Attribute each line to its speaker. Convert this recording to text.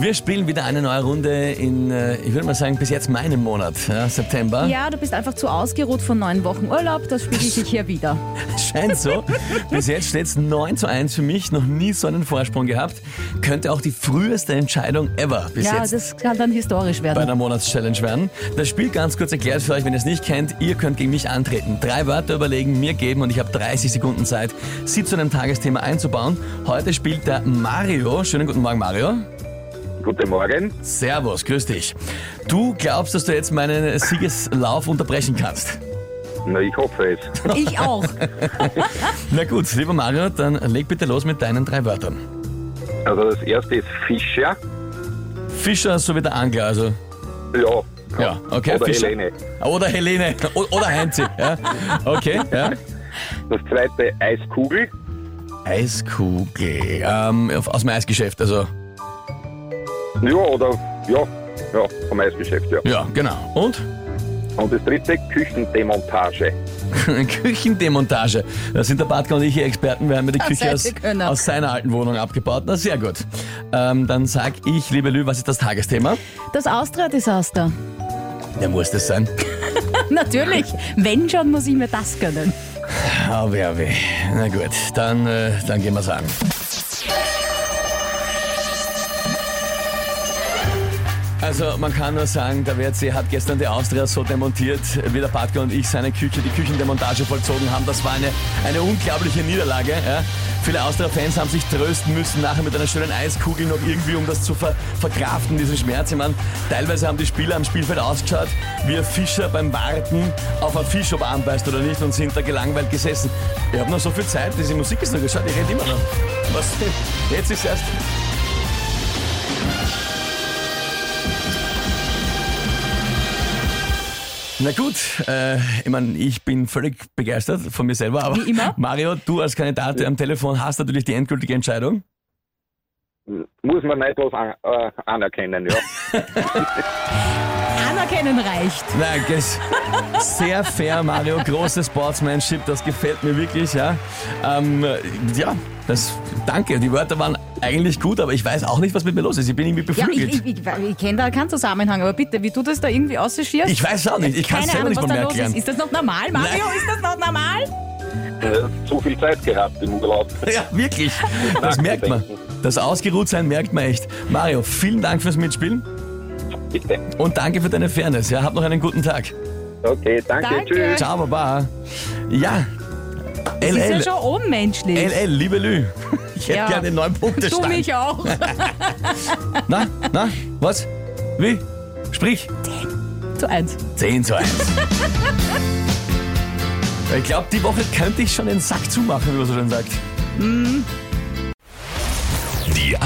Speaker 1: Wir spielen wieder eine neue Runde in, äh, ich würde mal sagen, bis jetzt meinem Monat, ja, September.
Speaker 2: Ja, du bist einfach zu ausgeruht von neun Wochen Urlaub, das spiegelt sich hier wieder.
Speaker 1: Scheint so. bis jetzt steht es 9 zu 1 für mich, noch nie so einen Vorsprung gehabt. Könnte auch die früheste Entscheidung ever bis
Speaker 2: ja,
Speaker 1: jetzt
Speaker 2: das kann dann historisch
Speaker 1: bei
Speaker 2: werden.
Speaker 1: einer Monatschallenge werden. Das Spiel ganz kurz erklärt für euch, wenn ihr es nicht kennt. Ihr könnt gegen mich antreten. Drei Wörter überlegen, mir geben und ich habe 30 Sekunden Zeit, sie zu einem Tagesthema einzubauen. Heute spielt der Mario. Schönen guten Morgen, Mario.
Speaker 3: Guten Morgen.
Speaker 1: Servus, grüß dich. Du glaubst, dass du jetzt meinen Siegeslauf unterbrechen kannst?
Speaker 3: Na, ich hoffe es.
Speaker 2: Ich auch.
Speaker 1: Na gut, lieber Mario, dann leg bitte los mit deinen drei Wörtern.
Speaker 3: Also das erste ist Fischer.
Speaker 1: Fischer sowie der Angler, also.
Speaker 3: Ja.
Speaker 1: Ja, okay.
Speaker 3: Oder
Speaker 1: Fischer.
Speaker 3: Helene.
Speaker 1: Oder Helene. O oder Heinzi. Ja. Okay, ja.
Speaker 3: Das zweite Eiskugel.
Speaker 1: Eiskugel. Ähm, auf- aus dem Eisgeschäft, also.
Speaker 3: Ja, oder ja. Ja, vom Eisgeschäft, ja.
Speaker 1: Ja, genau. Und?
Speaker 3: Und das dritte Küchendemontage.
Speaker 1: Küchendemontage. Da sind der Bartka und ich hier Experten. Wir haben ja die
Speaker 2: Das
Speaker 1: Küche
Speaker 2: seid
Speaker 1: aus,
Speaker 2: ihr Könner.
Speaker 1: aus seiner alten Wohnung abgebaut. Na, sehr gut. Ähm, dann sag ich, liebe Lü, was ist das Tagesthema?
Speaker 2: Das Austria-Desaster.
Speaker 1: Ja, muss das sein.
Speaker 2: Natürlich, wenn schon, muss ich mir das gönnen.
Speaker 1: Oh, weh, oh, weh. Na gut, dann, äh, dann gehen wir's an. Also man kann nur sagen, der WRC hat gestern die Austria so demontiert, wie der Patke und ich seine Küche, die Küchendemontage vollzogen haben. Das war eine, eine unglaubliche Niederlage. Ja. Viele Austria-Fans haben sich trösten müssen, nachher mit einer schönen Eiskugel noch irgendwie, um das zu ver verkraften, diesen Schmerz. Ich meine, teilweise haben die Spieler am Spielfeld ausgeschaut, wie ein Fischer beim Warten auf einen Fisch, ob er anbeißt oder nicht, und sind da gelangweilt gesessen. Ich habe noch so viel Zeit, diese Musik ist noch geschaut, ich rede immer noch. Was? Jetzt ist erst... Na gut, äh, ich meine, ich bin völlig begeistert von mir selber, aber
Speaker 2: Wie immer.
Speaker 1: Mario, du als Kandidat am Telefon hast natürlich die endgültige Entscheidung.
Speaker 3: Muss man neidlos an, äh, anerkennen, ja.
Speaker 2: Anerkennen reicht.
Speaker 1: Nein, das sehr fair, Mario, große Sportsmanship, das gefällt mir wirklich, ja. Ähm, ja, das, danke, die Wörter waren eigentlich gut, aber ich weiß auch nicht, was mit mir los ist. Ich bin irgendwie
Speaker 2: Ja, ich,
Speaker 1: beflügelt.
Speaker 2: ich, ich, ich kenne da keinen Zusammenhang, aber bitte, wie du das da irgendwie ausschierst?
Speaker 1: Ich weiß auch nicht, ich kann es
Speaker 2: keine
Speaker 1: selber
Speaker 2: Ahnung,
Speaker 1: nicht
Speaker 2: was
Speaker 1: mal
Speaker 2: da
Speaker 1: mehr
Speaker 2: los ist.
Speaker 1: erklären.
Speaker 2: Ist das noch normal, Mario?
Speaker 1: Nein.
Speaker 2: Ist das noch normal?
Speaker 3: Äh, Zu viel Zeit gehabt im Urlaub.
Speaker 1: Ja, wirklich. Das merkt man. Das Ausgeruhtsein merkt man echt. Mario, vielen Dank fürs Mitspielen.
Speaker 3: Bitte.
Speaker 1: Und danke für deine Fairness. Ja, hab noch einen guten Tag.
Speaker 3: Okay, danke.
Speaker 2: Danke.
Speaker 3: Tschüss.
Speaker 1: Ciao, Baba. Ja,
Speaker 2: Das ist ja
Speaker 1: LL,
Speaker 2: schon unmenschlich.
Speaker 1: LL, liebe Lü. Ich hätte
Speaker 2: Ja.
Speaker 1: gerne den neuen
Speaker 2: Du
Speaker 1: Punktestand.
Speaker 2: mich auch.
Speaker 1: Na, na, was? Wie? Sprich.
Speaker 2: Zu eins.
Speaker 1: 10 zu 1. ich glaube, die Woche könnte ich schon den Sack zumachen, wie man so schön sagt.
Speaker 4: Die